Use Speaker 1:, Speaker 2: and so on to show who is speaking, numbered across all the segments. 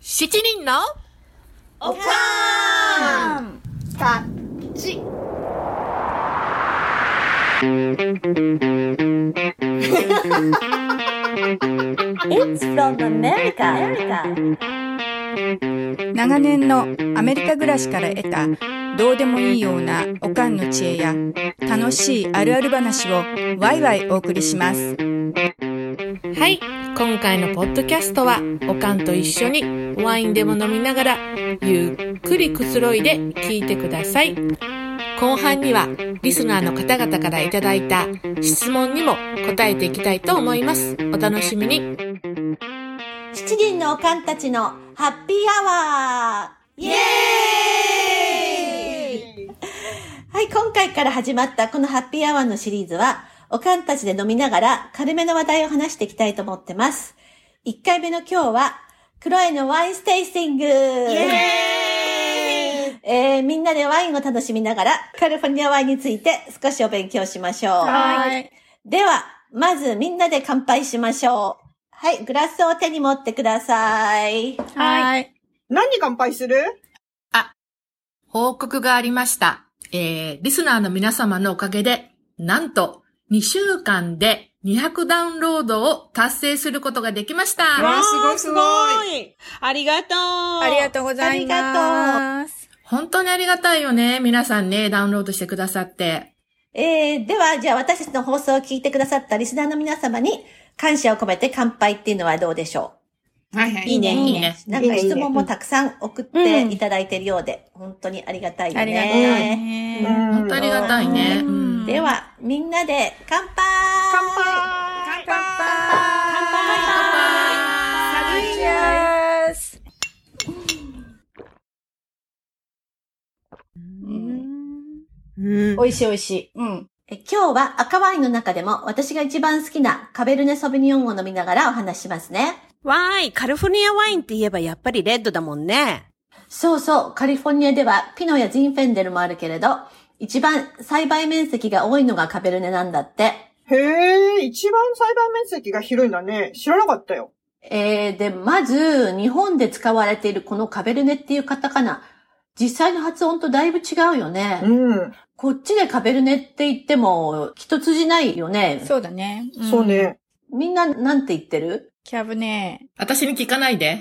Speaker 1: 七人の
Speaker 2: おかんタッチ
Speaker 3: 長年のアメリカ暮らしから得たどうでもいいようなおかんの知恵や楽しいあるある話をワイワイお送りします。
Speaker 1: はい今回のポッドキャストはおかんと一緒にワインでも飲みながらゆっくりくつろいで聞いてください後半にはリスナーの方々からいただいた質問にも答えていきたいと思いますお楽しみに
Speaker 2: 七人のおかんたちのハッピーアワーイエーイはい、今回から始まったこのハッピーアワーのシリーズは、おかんたちで飲みながら軽めの話題を話していきたいと思ってます。1回目の今日は、クロエのワインステイスティングイエーイえー、みんなでワインを楽しみながら、カリフォルニアワインについて少しお勉強しましょう。
Speaker 3: はい。
Speaker 2: では、まずみんなで乾杯しましょう。はい、グラスを手に持ってください。
Speaker 3: はい。
Speaker 4: 何乾杯する
Speaker 1: 報告がありました。えー、リスナーの皆様のおかげで、なんと、2週間で200ダウンロードを達成することができました。
Speaker 4: わーすごいすご
Speaker 5: いありがとう
Speaker 3: あ
Speaker 5: あ
Speaker 3: りがとうございます。
Speaker 1: 本当にありがたいよね。皆さんね、ダウンロードしてくださって。
Speaker 2: えー、では、じゃあ私たちの放送を聞いてくださったリスナーの皆様に感謝を込めて乾杯っていうのはどうでしょ
Speaker 4: はいは
Speaker 2: ういい
Speaker 1: い
Speaker 2: ね、い
Speaker 1: い
Speaker 2: い
Speaker 1: ね
Speaker 2: ね。なんか
Speaker 4: いいね
Speaker 2: 質問もたくさん送っていただいているようで、本当にありがたいよね。
Speaker 3: ありがたいね。
Speaker 1: 本当ありがたいね。
Speaker 3: う
Speaker 1: うんん
Speaker 2: では、みんなで乾杯
Speaker 4: 乾杯
Speaker 3: 乾杯
Speaker 4: 乾杯
Speaker 3: チェアス
Speaker 5: うん
Speaker 3: 美味しい美味しい。うん。
Speaker 2: え今日は赤ワインの中でも私が一番好きなカベルネソビニオンを飲みながらお話ししますね。
Speaker 5: わーいカリフォルニアワインって言えばやっぱりレッドだもんね
Speaker 2: そうそう、カリフォルニアではピノやジンフェンデルもあるけれど、一番栽培面積が多いのがカベルネなんだって。
Speaker 4: へえ、一番栽培面積が広いんだね。知らなかったよ。
Speaker 2: えー、で、まず、日本で使われているこのカベルネっていうカタカナ、実際の発音とだいぶ違うよね。
Speaker 4: うん。
Speaker 2: こっちでカベルネって言っても、一筋ないよね。
Speaker 3: そうだね。ん
Speaker 4: そう。ね。
Speaker 2: みんななんて言ってる
Speaker 3: キャブね。
Speaker 1: 私に聞かないで。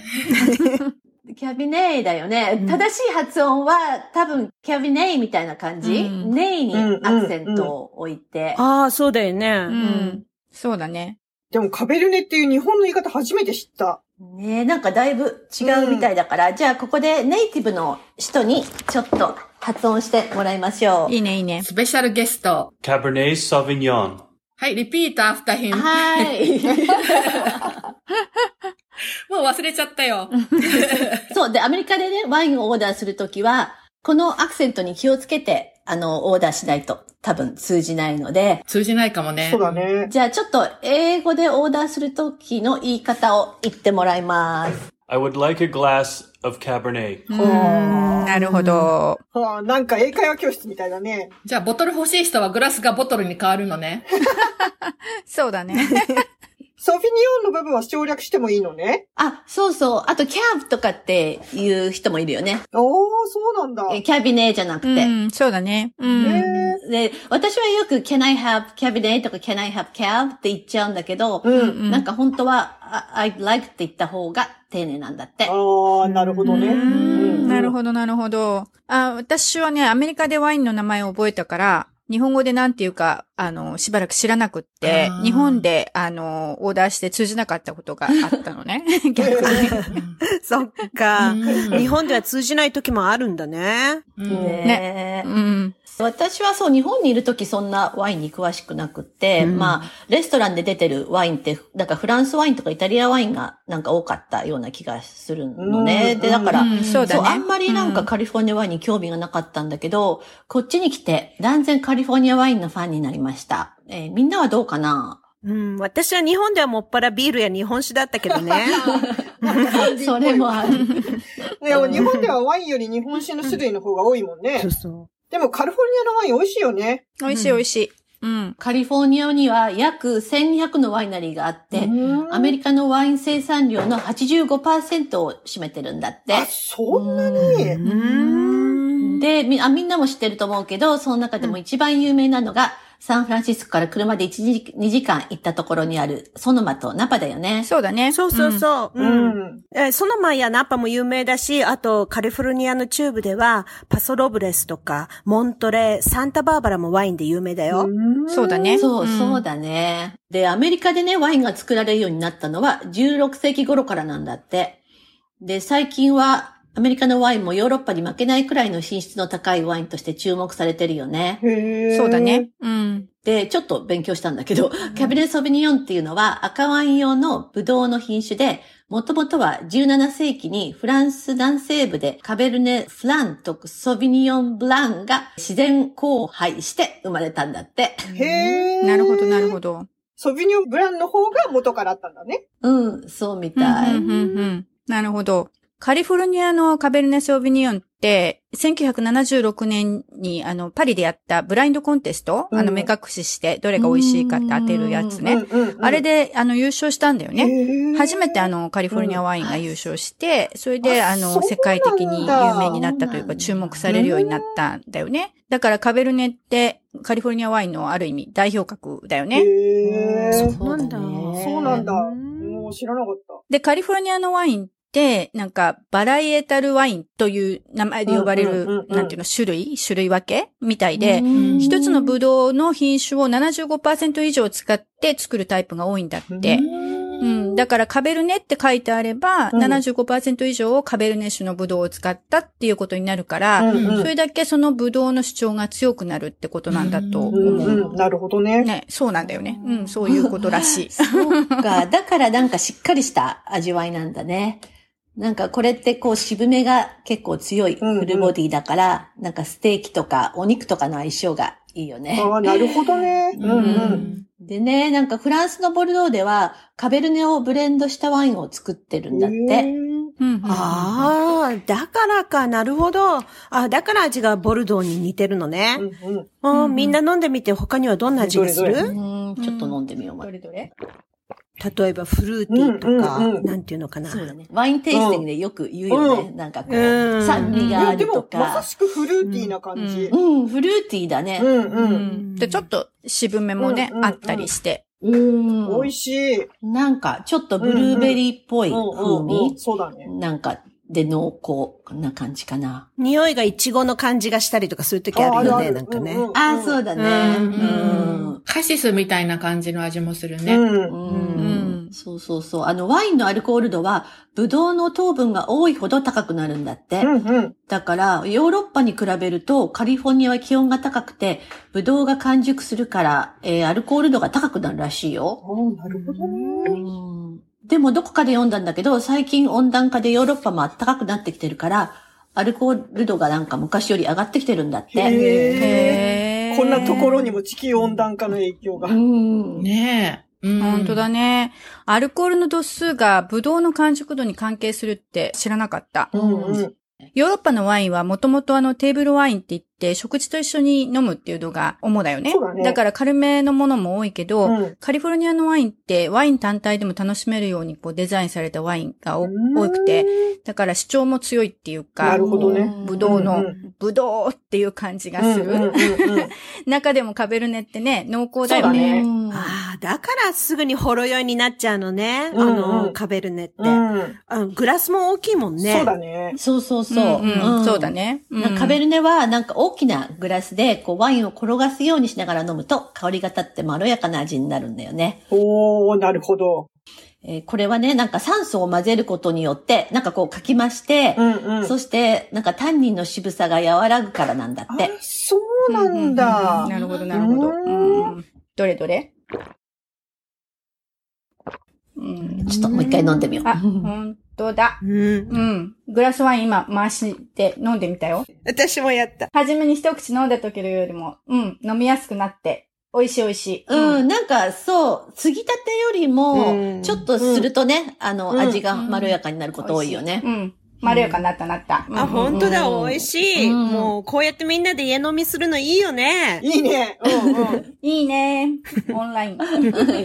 Speaker 2: キャビネイだよね。
Speaker 3: うん
Speaker 2: 正しい発音は、多分、キャビネイみたいな感じ、
Speaker 3: うん
Speaker 2: ネイにアクセントを置いて。
Speaker 5: ああそうだよね
Speaker 3: う。
Speaker 5: うん
Speaker 3: そうだね。
Speaker 4: でもカベルネっていう日本の言い方初めて知った。
Speaker 2: ねえ、なんかだいぶ違うみたいだから、じゃあここでネイティブの人にちょっと発音してもらいましょう。
Speaker 3: いいね、いいね。
Speaker 1: スペシャルゲスト。
Speaker 6: Cabernet Sauvignon.
Speaker 1: はい、リピートアフターヒン。も
Speaker 2: はい。
Speaker 1: う忘れちゃったよ。
Speaker 2: そう、で、アメリカでね、ワインをオーダーするときは、このアクセントに気をつけて、あの、オーダーしないと多分通じないので、
Speaker 1: 通じないかもね。
Speaker 4: そうだね。
Speaker 2: じゃあちょっと英語でオーダーするときの言い方を言ってもらいます。
Speaker 6: I would like a glass of Cabernet.
Speaker 3: うんなるほど。
Speaker 4: はあ、なんか英会話教室みたいだね。
Speaker 1: じゃあ、ボトル欲しい人はグラスがボトルに変わるのね。
Speaker 3: そうだね。
Speaker 4: ソフィニオンの部分は省略してもいいのね。
Speaker 2: あ、そうそう。あと、キャブとかっていう人もいるよね。
Speaker 4: おー、そうなんだ。
Speaker 2: えキャビネじゃなくて。
Speaker 3: うん、そうだね。うん。
Speaker 4: へ
Speaker 2: で、私はよく Can I have cabinet とか Can I have cab って言っちゃうんだけど、
Speaker 4: う。
Speaker 3: うんん
Speaker 2: なんか本当はあ I'd like って言った方が丁寧なんだって。
Speaker 4: ああ、なるほどね。
Speaker 3: うーんなる
Speaker 4: ど。
Speaker 3: ほど、なるほど。あ、私はね、アメリカでワインの名前を覚えたから、日本語でなんていうか、あの、しばらく知らなくって
Speaker 1: あ、ー
Speaker 3: 日本で、あの、オーダーして通じなかったことがあったのね。逆に。
Speaker 5: そっか
Speaker 1: うん
Speaker 5: 日本では通じない時もあるんだね
Speaker 1: うん
Speaker 2: ね
Speaker 3: うん。
Speaker 2: 私はそう、日本にいるときそんなワインに詳しくなくって、まあ、レストランで出てるワインって、なんかフランスワインとかイタリアワインがなんか多かったような気がするのね。
Speaker 4: うん
Speaker 2: で、だから、
Speaker 3: うんそうだ
Speaker 2: そう、
Speaker 3: ね。
Speaker 2: あんまりなんか
Speaker 3: う、
Speaker 2: カリフォルニアワインに興味がなかったんだけど、こっちに来て断然カリフォルニアワインのファンになりました。えーみんなはどうかな
Speaker 5: うん私は日本ではもっぱらビールや日本酒だったけどね
Speaker 2: それもある。
Speaker 4: でも日本ではワインより日本酒の種類の方が多いもんね
Speaker 5: そう。そ
Speaker 4: でもカリフォルニアのワイン美味しいよね。
Speaker 3: 美味しい美味しい。うん。
Speaker 2: カリフォルニアには約1200のワイナリーがあって、
Speaker 4: うん
Speaker 2: アメリカのワイン生産量の85%を占めてるんだって。
Speaker 4: あ、そんなに
Speaker 3: うん。
Speaker 2: で、みあみんなも知ってると思うけど、その中でも一番有名なのが、サンフランシスコから車で1時、2時間行ったところにある、ソノマとナパだよね。
Speaker 3: そうだね。
Speaker 5: そうそうそう。
Speaker 4: う
Speaker 5: うん。
Speaker 4: ん。
Speaker 5: え、その前やナッパも有名だし、あとカリフォルニアの中部では、パソロブレスとか、モントレー、サンタバーバラもワインで有名だよ。
Speaker 3: うん。そうだね。
Speaker 2: そう、
Speaker 3: ん
Speaker 2: そう。だね。で、アメリカでね、ワインが作られるようになったのは16世紀頃からなんだって。で、最近はアメリカのワインもヨーロッパに負けないくらいの品質の高いワインとして注目されてるよね。
Speaker 4: へー
Speaker 3: そうだね。。うん。
Speaker 2: で、ちょっと勉強したんだけど、キャビネソビニオンっていうのは赤ワイン用のブドウの品種で、もともとは17世紀にフランス南西部でカベルネ・フランとソビニオン・ブランが自然交配して生まれたんだって。
Speaker 4: へー
Speaker 3: なるほど、なるほど。
Speaker 4: ソビニョンブランの方が元からあったんだね。
Speaker 2: うん、そうみ
Speaker 3: うん
Speaker 2: たい。
Speaker 3: うんうんうんなるほど。カリフォルニアのカベルネ・ソービニオンって、1976年にあの、パリでやったブラインドコンテスト、
Speaker 4: うん
Speaker 3: あの、目隠しして、どれが美味しいかって当てるやつね。
Speaker 4: うんうんうん
Speaker 3: あれ、で、あの、優勝したんだよね。
Speaker 4: ね
Speaker 3: 初めてあ
Speaker 4: の、
Speaker 3: の、カリフォルニアワインが優勝して、それで、
Speaker 4: あ
Speaker 3: あ
Speaker 4: そう
Speaker 3: の、
Speaker 4: なんだ
Speaker 3: 世界的に有名になったという
Speaker 2: そうなん
Speaker 3: か、
Speaker 2: だ
Speaker 3: 注目されるようになったんだよね。だから、カベルネって、カリフォルニアワインのある意味、代表格だよね。
Speaker 4: へー
Speaker 5: うなんだ
Speaker 4: そうなんだ。
Speaker 5: うん
Speaker 4: もう知らなかった。
Speaker 3: で、カリフォルニアのワインって、なんか、バラエタルワインという名前で呼ばれ
Speaker 4: うんうんうん
Speaker 3: る、
Speaker 4: うん
Speaker 3: なんていうの、種類種類分けみたいで、
Speaker 2: うん
Speaker 3: 一つのブドウの品種を75%以上使って作るタイプが多いんだって。うん。だから、カベルネって書いてあれば、
Speaker 4: うん
Speaker 3: 75%以上をカベルネ種のブドウを使ったっていうことになるから、
Speaker 4: うんうん
Speaker 3: それだけそのブドウの主張が強くなるってことなんだと
Speaker 4: う
Speaker 3: 思
Speaker 4: ん
Speaker 3: う。
Speaker 4: うん、なるほどね。
Speaker 3: ね、そうなんだよね。うん、そういうことら しい。
Speaker 2: そうか。だからなんかしっかりした味わいなんだね。なんかこれってこう渋めが結構強い
Speaker 4: うんうん
Speaker 2: フルボディだから、なんかステーキとかお肉とかの相性がいいよね。
Speaker 4: ああ、なるほどね。うんう。
Speaker 2: うんんでね、なんかフランスのボルドーではカベルネをブレンドしたワインを作ってるんだっ
Speaker 4: へ
Speaker 2: て。
Speaker 4: ー
Speaker 3: うんうん
Speaker 5: ああ、だからか、なるほど。あだから味がボルドーに似てるのね。
Speaker 4: うんうん
Speaker 5: うん
Speaker 3: うん
Speaker 5: みんな飲んでみて他にはどんな味がする
Speaker 4: どれ
Speaker 2: うんちょっと飲んでみよう。
Speaker 3: どれどれ
Speaker 5: 例えばフルーティーとか、
Speaker 4: うんうんうん
Speaker 5: なんていうのかな。
Speaker 2: そうだね。ワインテイスティングでよく言うよね。
Speaker 4: う
Speaker 2: なんかこ
Speaker 5: う
Speaker 2: う、
Speaker 5: ん
Speaker 2: 酸味
Speaker 4: い
Speaker 2: があ
Speaker 4: や、で
Speaker 2: ると
Speaker 4: も、まさ
Speaker 2: か。
Speaker 4: しくフルーティーな感じ
Speaker 3: う。
Speaker 2: うん、フルーティーだね
Speaker 4: う。ん
Speaker 3: で、ちょっと渋めもね
Speaker 4: うんうんう、ん
Speaker 3: あったりして。
Speaker 2: うん
Speaker 4: うん。美味しい。
Speaker 2: なんか、ちょっとブルーベリーっぽい
Speaker 4: うん
Speaker 2: 風
Speaker 4: うんうん。
Speaker 2: 味
Speaker 4: そうだね。
Speaker 2: なんか、で濃厚な感じかな。
Speaker 5: 匂いがイチゴの感じがしたりとかそういう時あるよね、なんかね。
Speaker 2: ああ、そうだ
Speaker 4: だ。
Speaker 2: ね。
Speaker 5: うん
Speaker 2: うん。
Speaker 1: カシスみたいな感じの味もするね。
Speaker 4: う。
Speaker 2: うんん
Speaker 3: う。ん
Speaker 2: そうそうそう。あの、ワインのアルコール度は、ブドウの糖分が多いほど高くなるんだって
Speaker 4: う。んうん。
Speaker 2: だから、ヨーロッパに比べると、カリフォルニアは気温が高くて、ブドウが完熟するから、えーアルコール度が高くなるらしいよ。
Speaker 4: ああ、なるほどね。
Speaker 2: うんでもどこかで読んだんだけど、最近温暖化でヨーロッパも暖かくなってきてるから、アルコール度がなんか昔より上がってきてるんだって。
Speaker 4: へ
Speaker 3: へ
Speaker 4: え。
Speaker 3: ー
Speaker 4: こんなところに。も地球温暖化の影響が
Speaker 2: う。ん。
Speaker 1: ねえ。うん
Speaker 3: 本当だね。アルコールの度数がブドウの完熟度に関係するって知らなかった。
Speaker 4: うんうん。
Speaker 3: ヨーロッパのワインはもともとあのテーブルワインって言って食事と一緒に飲むっていうのが主だよね
Speaker 4: そうだ。ね
Speaker 3: だから軽めのものも多いけど、
Speaker 4: うん
Speaker 3: カリフォルニアのワインってワイン単体でも楽しめるようにこうデザインされたワインがお多くて、だから主張も強いっていうか、
Speaker 4: なるほどね
Speaker 3: ブドウ
Speaker 4: う
Speaker 3: の
Speaker 4: んう、
Speaker 3: ブドウっていう感じがす
Speaker 4: うんう
Speaker 3: る。
Speaker 4: んうんうん
Speaker 3: 中でもカベルネってね、濃厚だよ
Speaker 4: そうだ
Speaker 3: ね。
Speaker 4: ね
Speaker 2: うん
Speaker 5: ああ、だからすぐにほろ酔いになっちゃうのね。
Speaker 4: うんうん
Speaker 5: あの、カベルネって、
Speaker 4: うん
Speaker 5: あのグラスも大きいもんね。
Speaker 4: そうだね。
Speaker 2: そうそうそう。
Speaker 3: ん
Speaker 2: うん
Speaker 3: そうだ。ね。うん
Speaker 2: なんかカベルネはなんか大きなグラスでこうワインを転がすようにしながら飲むと香りが立ってまろやかな味になるんだよね。
Speaker 4: おー、なるほど。
Speaker 2: えーこれはね、なんか酸素を混ぜることによって、なんかこうかきまして、
Speaker 4: うんうん。
Speaker 2: そしてなんかタンニンの渋さが和らぐからなんだ
Speaker 4: あ
Speaker 2: って。
Speaker 4: そうなんだ。
Speaker 3: なるほど、なるほど。
Speaker 4: う
Speaker 3: うんどれどれうん
Speaker 2: ちょっともう一回飲んでみよう。
Speaker 3: あ、本当だ。
Speaker 5: うん。
Speaker 3: うん。グラスワイン今回して飲んでみたよ。
Speaker 5: 私もやった。
Speaker 3: はじめに一口飲んだ時よりも、うん、飲みやすくなって、美味しい美味しい。
Speaker 2: うん、なんかそう、継ぎたてより
Speaker 5: う
Speaker 2: も、
Speaker 5: ん
Speaker 2: ちょっとするとね、あの、
Speaker 4: うん
Speaker 2: 味がまろやかになること多いよね。
Speaker 3: うん。まろやかになったなった。
Speaker 5: あ、本当だ、美味しい。
Speaker 3: うん
Speaker 5: もう、こうやってみんなで家飲みするのいいよね。
Speaker 4: いいね。うんうん。
Speaker 3: いいね。オンライン。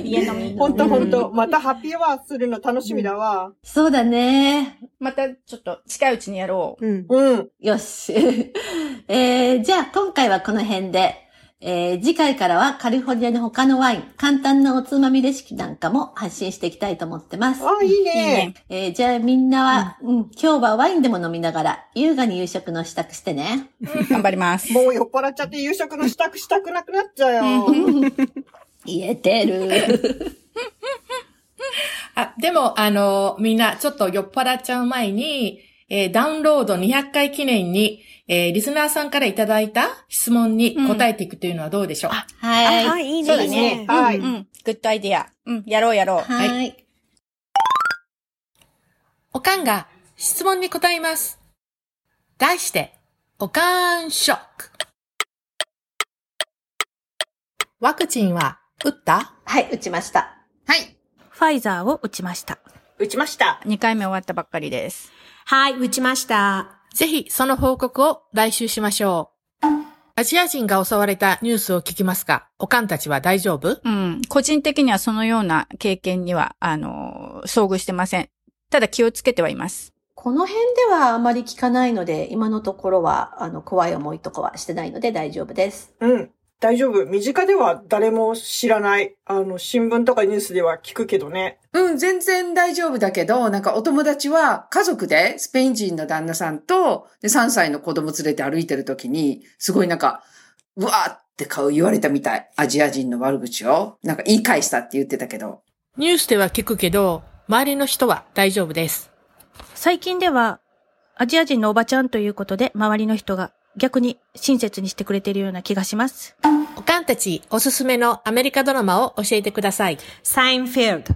Speaker 3: 家飲み。
Speaker 4: ほんとほんと。またハッピーアワーするの楽しみだわ。
Speaker 2: そうだね。
Speaker 3: またちょっと近いうちにやろう。
Speaker 5: うん。
Speaker 4: うん。
Speaker 2: よし。えー、じゃあ今回はこの辺で、えー、次回からはカリフォルニアの他のワイン、簡単なおつまみレシピなんかも発信していきたいと思ってます。
Speaker 4: あ、いい
Speaker 3: いい
Speaker 4: ね。
Speaker 3: ね。
Speaker 2: えー、じゃあみんなは、うん、今日はワインでも飲みながら、優雅に夕食の支度してね。
Speaker 3: 頑張ります。
Speaker 4: もう酔っ払っちゃって夕食の支度したくなくなっちゃうよ。
Speaker 2: 言えてる。
Speaker 1: あ、でも、あの、みんな、ちょっと酔っ払っちゃう前に、えーダウンロード200回記念に、えーリスナーさんからいただいた質問に答えていくというのはどうでしょう、
Speaker 2: はい。
Speaker 5: はい、いいね。
Speaker 3: そうだ
Speaker 5: いい
Speaker 3: ね。。
Speaker 4: はいう
Speaker 3: ん。グッドアイディア。うん。やろうやろう。
Speaker 1: い
Speaker 2: はい。
Speaker 1: おかんが質問に答えます。題して、おかんショック。ワクチンは打った
Speaker 2: はい、打ちました。
Speaker 1: はい。
Speaker 5: ファイザーを打ちました。
Speaker 4: 打ちました。
Speaker 3: 2回目終わったばっかりです。
Speaker 5: はい、打ちました。
Speaker 1: ぜひその報告を来週しましょう。アジア人が襲われたニュースを聞きますが、おかんたちは大丈夫
Speaker 3: うん。個人的にはそのような経験には、あのー遭遇してません。ただ気をつけてはいます。
Speaker 2: この辺ではあまり聞かないので、今のところは、あの、怖い思いとかはしてないので大丈夫です。
Speaker 4: うん。大丈夫。身近では誰も知らない。あの、新聞とかニュースでは聞くけどね。
Speaker 7: うん、全然大丈夫だけど、なんかお友達は家族でスペイン人の旦那さんと、で、3歳の子供連れて歩いてる時に、すごいなんか、うわーって顔言われたみたい。アジア人の悪口を。なんか言い返したって言ってたけど。
Speaker 1: ニュースでは聞くけど、周りの人は大丈夫です。
Speaker 8: 最近では、アジア人のおばちゃんということで、周りの人が逆に親切にしてくれているような気がします。
Speaker 1: おかんたちおすすめのアメリカドラマを教えてください。
Speaker 5: サインフィールド。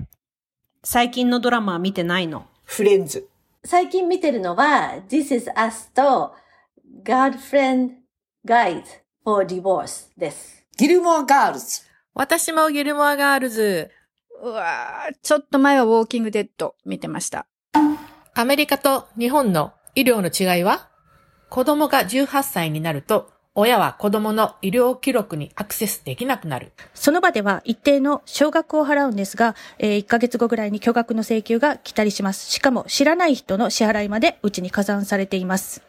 Speaker 5: 最近のドラマは見てないの。
Speaker 4: フレンズ。
Speaker 2: 最近見てるのは、This is Us と Godfriend Guide for Divorce です。
Speaker 7: ギルモアガールズ。
Speaker 1: 私もギルモアガールズ。
Speaker 3: うわーちょっと前はウォーキングデッド見てました。
Speaker 1: アメリカと日本の医療の違いは子供が18歳になると、親は子供の医療記録にアクセスできなくなる。
Speaker 8: その場では一定の少額を払うんですが、え1ヶ月後ぐらいに巨額の請求が来たりします。しかも知らない人の支払いまでうちに加算されています。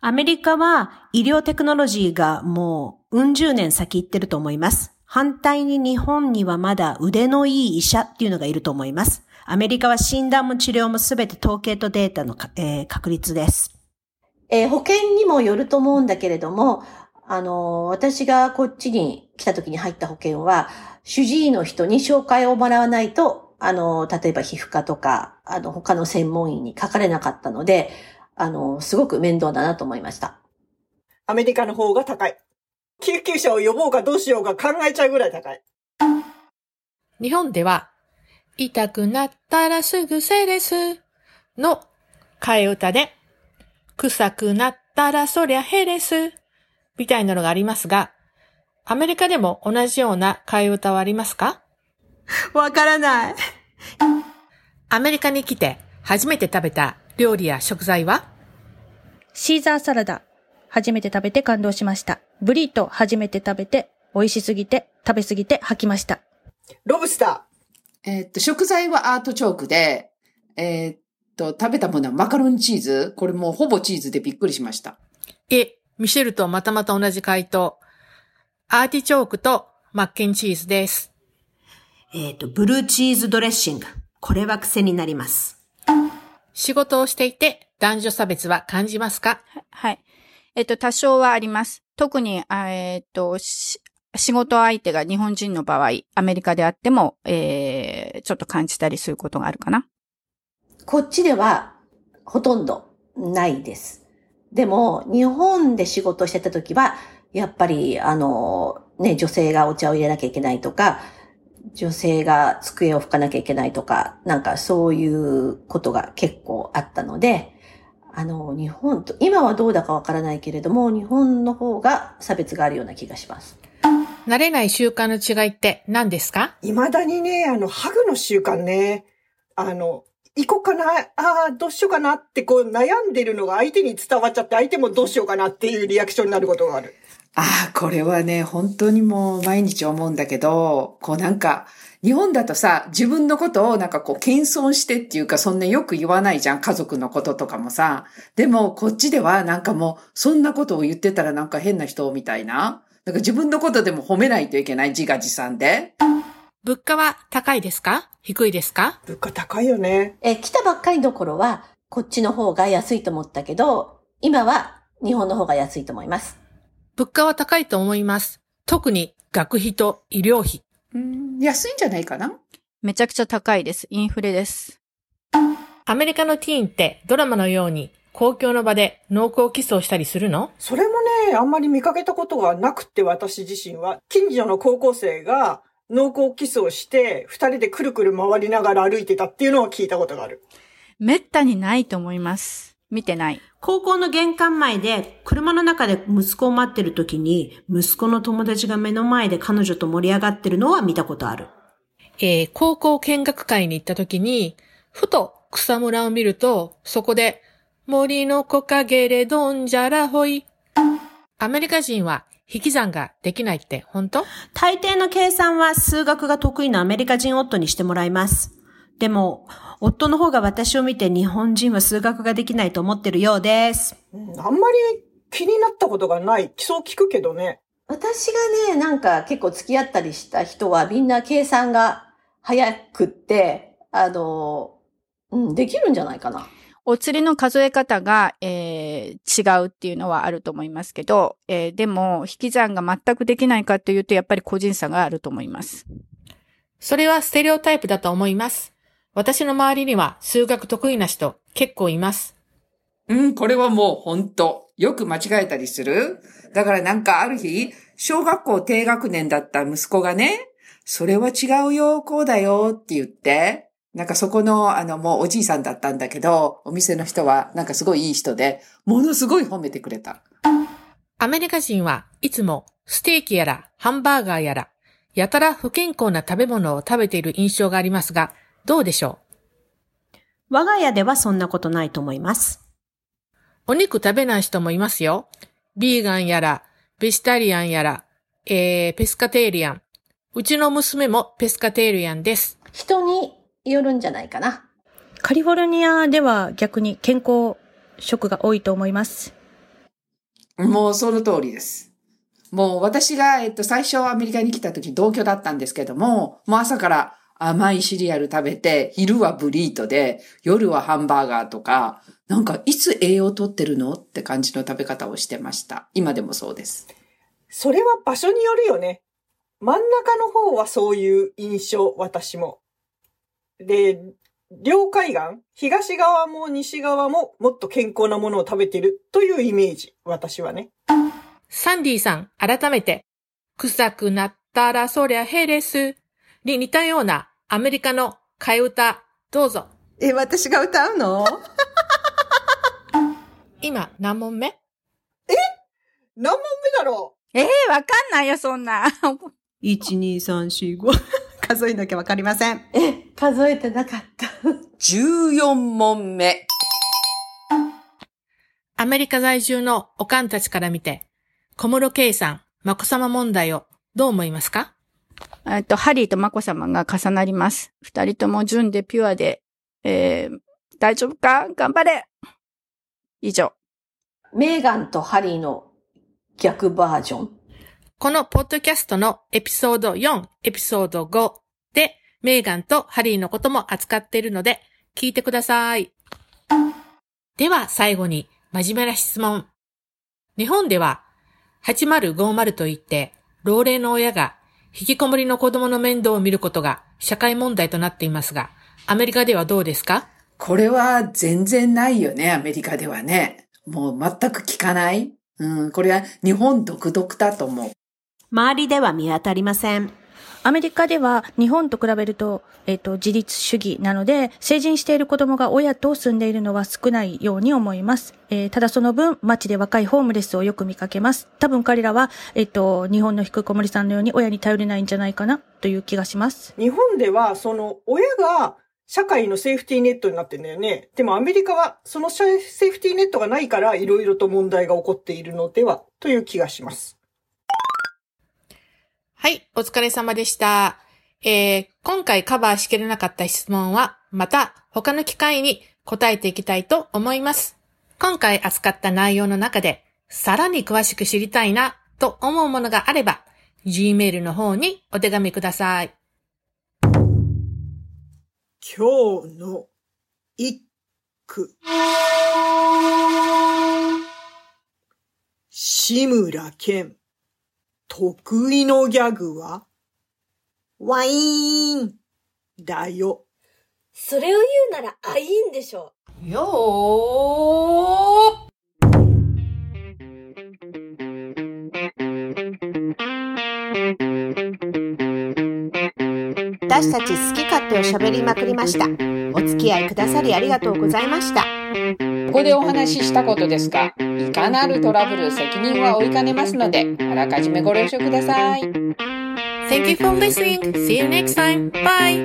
Speaker 5: アメリカは医療テクノロジーがもううん十年先行ってると思います。反対に日本にはまだ腕のいい医者っていうのがいると思います。アメリカは診断も治療もすべて統計とデータのか、えー確率です。
Speaker 2: えー保険にもよると思うんだけれども、あのー私がこっちに来た時に入った保険は、主治医の人に紹介をもらわないと、あのー例えば皮膚科とか、あの、他の専門医に書かれなかったので、あのーすごく面倒だなと思いました。
Speaker 4: アメリカの方が高い。救急車を呼ぼうかどうしようか考えちゃうぐらい高い。
Speaker 1: 日本では、痛くなったらすぐセレスの替え歌で、臭くなったらそりゃヘレスみたいなのがありますが、アメリカでも同じような替え歌はありますか
Speaker 5: わからない。
Speaker 1: アメリカに来て初めて食べた料理や食材は
Speaker 8: シーザーサラダ、初めて食べて感動しました。ブリート、初めて食べて、美味しすぎて、食べすぎて吐きました。
Speaker 4: ロブスタ
Speaker 7: えっと、食材はアートチョークで、えっと、食べたものはマカロンチーズ。これもうほぼチーズでびっくりしました。
Speaker 1: え、ミシェルとまたまた同じ回答。アーティチョークとマッケンチーズです。
Speaker 5: えっ、と、ブルーチーズドレッシング。これは癖になります。
Speaker 1: 仕事をしていて男女差別は感じますか
Speaker 3: はい。えっと、多少はあります。特に、あえっと、し仕事相手が日本人の場合、アメリカであっても、えー、ちょっと感じたりすることがあるかな。
Speaker 2: こっちではほとんどないです。でも、日本で仕事をしてた時は、やっぱり、あの、ね、女性がお茶を入れなきゃいけないとか、女性が机を拭かなきゃいけないとか、なんかそういうことが結構あったので、あの、日本と、今はどうだかわからないけれども、日本の方が差別があるような気がします。
Speaker 1: 慣れない習慣の違いって何ですか
Speaker 4: ー。未だにね、あの、ハグの習慣ね。あの、行こうかな、ああ、どうしようかなってこう悩んでるのが相手に伝わっちゃって、相手もどうしようかなっていうリアクションになることがある。
Speaker 7: ああ、これはね、本当にもう毎日思うんだけど、こうなんか、日本だとさ、自分のことをなんかこう、謙遜してっていうか、そんなよく言わないじゃん、家族のこととかもさ。でも、こっちではなんかもう、そんなことを言ってたらなんか変な人みたいな。なんか自分のことでも褒めないといけない、自画自賛で。
Speaker 1: 物価は高いですか低いですか
Speaker 4: 物価高いよね。
Speaker 2: えー来たばっかりの頃は、こっちの方が安いと思ったけど、今は日本の方が安いと思います。
Speaker 1: 物価は高いと思います。特に学費と医療費。
Speaker 7: うん、安いんじゃないかな
Speaker 3: めちゃくちゃ高いです。インフレです。
Speaker 1: アメリカのティーンってドラマのように公共の場で濃厚キスをしたりするの
Speaker 4: それもね、あんまり見かけたことがなくて、私自身は。近所の高校生が濃厚キスをして、二人でくるくる回りながら歩いてたっていうのは聞いたことがある。
Speaker 3: めったにないと思います。見てない。
Speaker 5: 高校の玄関前で、車の中で息子を待ってる時に、息子の友達が目の前で彼女と盛り上がってるのは見たことある。
Speaker 1: えー高校見学会に行った時に、ふと草むらを見ると、そこで、森の木陰でどんじゃらほい。アメリカ人は引き算ができないって本当
Speaker 5: 大抵の計算は数学が得意なアメリカ人夫にしてもらいます。でも、夫の方が私を見て日本人は数学ができないと思ってるようです。
Speaker 4: うんあんまり気になったことがない。そう聞くけどね。
Speaker 2: 私がね、なんか結構付き合ったりした人はみんな計算が早くって、あの、うん、できるんじゃないかな。
Speaker 3: お釣りの数え方が、えー違うっていうのはあると思いますけど、えーでも、引き算が全くできないかというと、やっぱり個人差があると思います。
Speaker 1: それはステレオタイプだと思います。私の周りには数学得意な人結構います。
Speaker 7: うん、これはもう本当よく間違えたりする。だからなんかある日、小学校低学年だった息子がね、それは違うよ、こうだよって言って、なんかそこの、あの、もうおじいさんだったんだけど、お店の人は、なんかすごいいい人で、ものすごい褒めてくれた。
Speaker 1: アメリカ人はいつもステーキやらハンバーガーやら、やたら不健康な食べ物を食べている印象がありますが、どうでしょう
Speaker 5: 我が家ではそんなことないと思います。
Speaker 1: お肉食べない人もいますよ。ビーガンやら、ベジタリアンやら、えー、ペスカテーリアン。うちの娘もペスカテーリアンです。
Speaker 2: 人によるんじゃないかな。
Speaker 8: カリフォルニアでは逆に健康食が多いと思います。
Speaker 7: もうその通りです。もう私が、えっと、最初アメリカに来た時同居だったんですけども、もう朝から甘いシリアル食べて、昼はブリートで、夜はハンバーガーとか、なんかいつ栄養取ってるのって感じの食べ方をしてました。今でもそうです。
Speaker 4: それは場所によるよね。真ん中の方はそういう印象、私も。で、両海岸、東側も西側ももっと健康なものを食べてるというイメージ、私はね。
Speaker 1: サンディさん、改めて。臭くなったらそりゃヘレス。に似たようなアメリカの替え歌、どうぞ。
Speaker 9: え、私が歌う の
Speaker 1: 今、何問目
Speaker 4: 何問目だろ
Speaker 3: ええー、わかんないよ、そんな。
Speaker 9: 1、2、3、4、5。数え なきゃわかりません。
Speaker 2: え、数えてなかった。
Speaker 7: 14問目。
Speaker 1: アメリカ在住のおかんたちから見て、小室圭さん、まこさま問題をどう思いますか
Speaker 3: えっと、ハリーとマコ様が重なります。二人とも純でピュアで、えー大丈夫か頑張れ以上。
Speaker 2: メーガンとハリーの逆バージョン。
Speaker 1: このポッドキャストのエピソード4、エピソード5で、メーガンとハリーのことも扱っているので、聞いてください。では最後に、真面目な質問。日本では、8050といって、老齢の親が、引きこもりの子供の面倒を見ることが社会問題となっていますが、アメリカではどうですか
Speaker 7: これは全然ないよね、アメリカではね。もう全く聞かない。うん、これは日本独特だと思う。
Speaker 5: 周りでは見当たりません。
Speaker 8: アメリカでは日本と比べると、えっ、と、自立主義なので、成人している子供が親と住んでいるのは少ないように思います。えーただその分、街で若いホームレスをよく見かけます。多分彼らは、えっ、と、日本の引きこもりさんのように親に頼れないんじゃないかな、という気がします。
Speaker 4: う日本では、その、親が社会のセーフティーネットになってんだよね。でもアメリカはその社セーフティーネットがないからいろいろと問題が起こっているのではという気がします。
Speaker 1: はい、お疲れ様でした。えー、今回カバーしきれなかった質問は、また他の機会に答えていきたいと思います。今回扱った内容の中で、さらに詳しく知りたいなと思うものがあれば、Gmail の方にお手紙ください。
Speaker 4: 今日の一句。志村けん、得意のギャグはワイーンだよ。
Speaker 2: それを言うなら、あいんでしょ。
Speaker 5: 私たち好き勝手を喋りまくりました。お付き合いくださりありがとうございました。
Speaker 7: ここでお話ししたことですが、いかなるトラブル責任は負いかねますので、あらかじめご了承ください。
Speaker 1: Thank you for listening. See you next time. Bye.